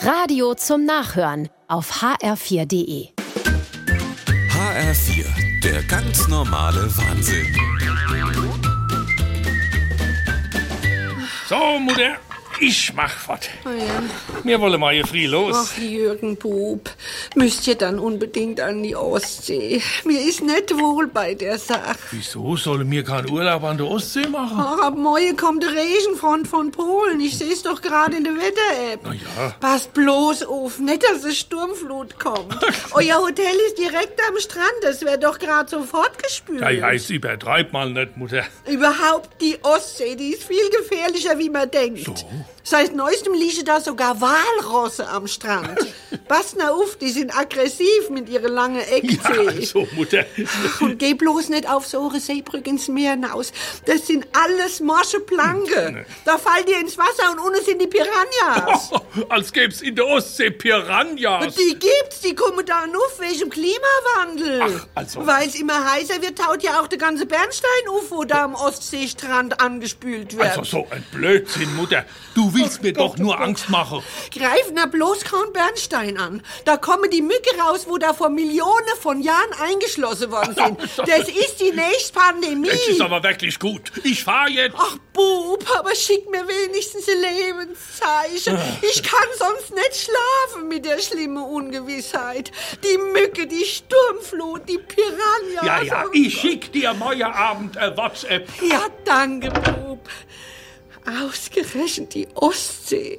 Radio zum Nachhören auf hr4.de. HR4, der ganz normale Wahnsinn. So, Mutter, ich mach was. Ah Ja. Wir wollen mal hier früh los. Ach, Jürgen Bub, müsst ihr dann unbedingt an die Ostsee. Mir ist nicht wohl bei der Sache. Wieso sollen wir keinen Urlaub an der Ostsee machen? Ach, ab morgen kommt der Regenfront von Polen. Ich seh's doch gerade in der Wetter-App. Na ja. Passt bloß auf, nicht, dass es Sturmflut kommt. Euer Hotel ist direkt am Strand. Das wär doch gerade sofort gespült. Ja, ja, jetzt übertreib mal nicht, Mutter. Überhaupt die Ostsee, die ist viel gefährlicher, wie man denkt. Seit neuestem liegen da sogar Walrosse am Strand. Passt na auf, die sind aggressiv mit ihren langen Ja, Eckzähnen. also, Mutter. Und geh bloß nicht auf so eine Seebrücke ins Meer hinaus. Das sind alles morsche Planke. Da fallt ihr ins Wasser und unten sind die Piranhas. als gäb's in der Ostsee Piranhas. Die gibt's, die kommen da nur auf wegen Klimawandel. Ach, also. Weil's immer heißer wird, taut ja auch der ganze Bernstein auf, wo da am Ostseestrand angespült wird. Also, so ein Blödsinn, Mutter. Du willst mir doch oh nur Angst machen. Greif na bloß keinen Bernstein an. Da kommen die Mücke raus, wo da vor Millionen von Jahren eingeschlossen worden sind. Das ist die nächste Pandemie. Es ist aber wirklich gut. Ich fahr jetzt. Ach, Bub, aber schick mir wenigstens ein Lebenszeichen. Äh. Ich kann sonst nicht schlafen mit der schlimmen Ungewissheit. Die Mücke, die Sturmflut, die Piranhas. Ja, ja, und- ich schick dir morgen Abend ein WhatsApp. Ja, danke, Bub. Ausgerechnet die Ostsee.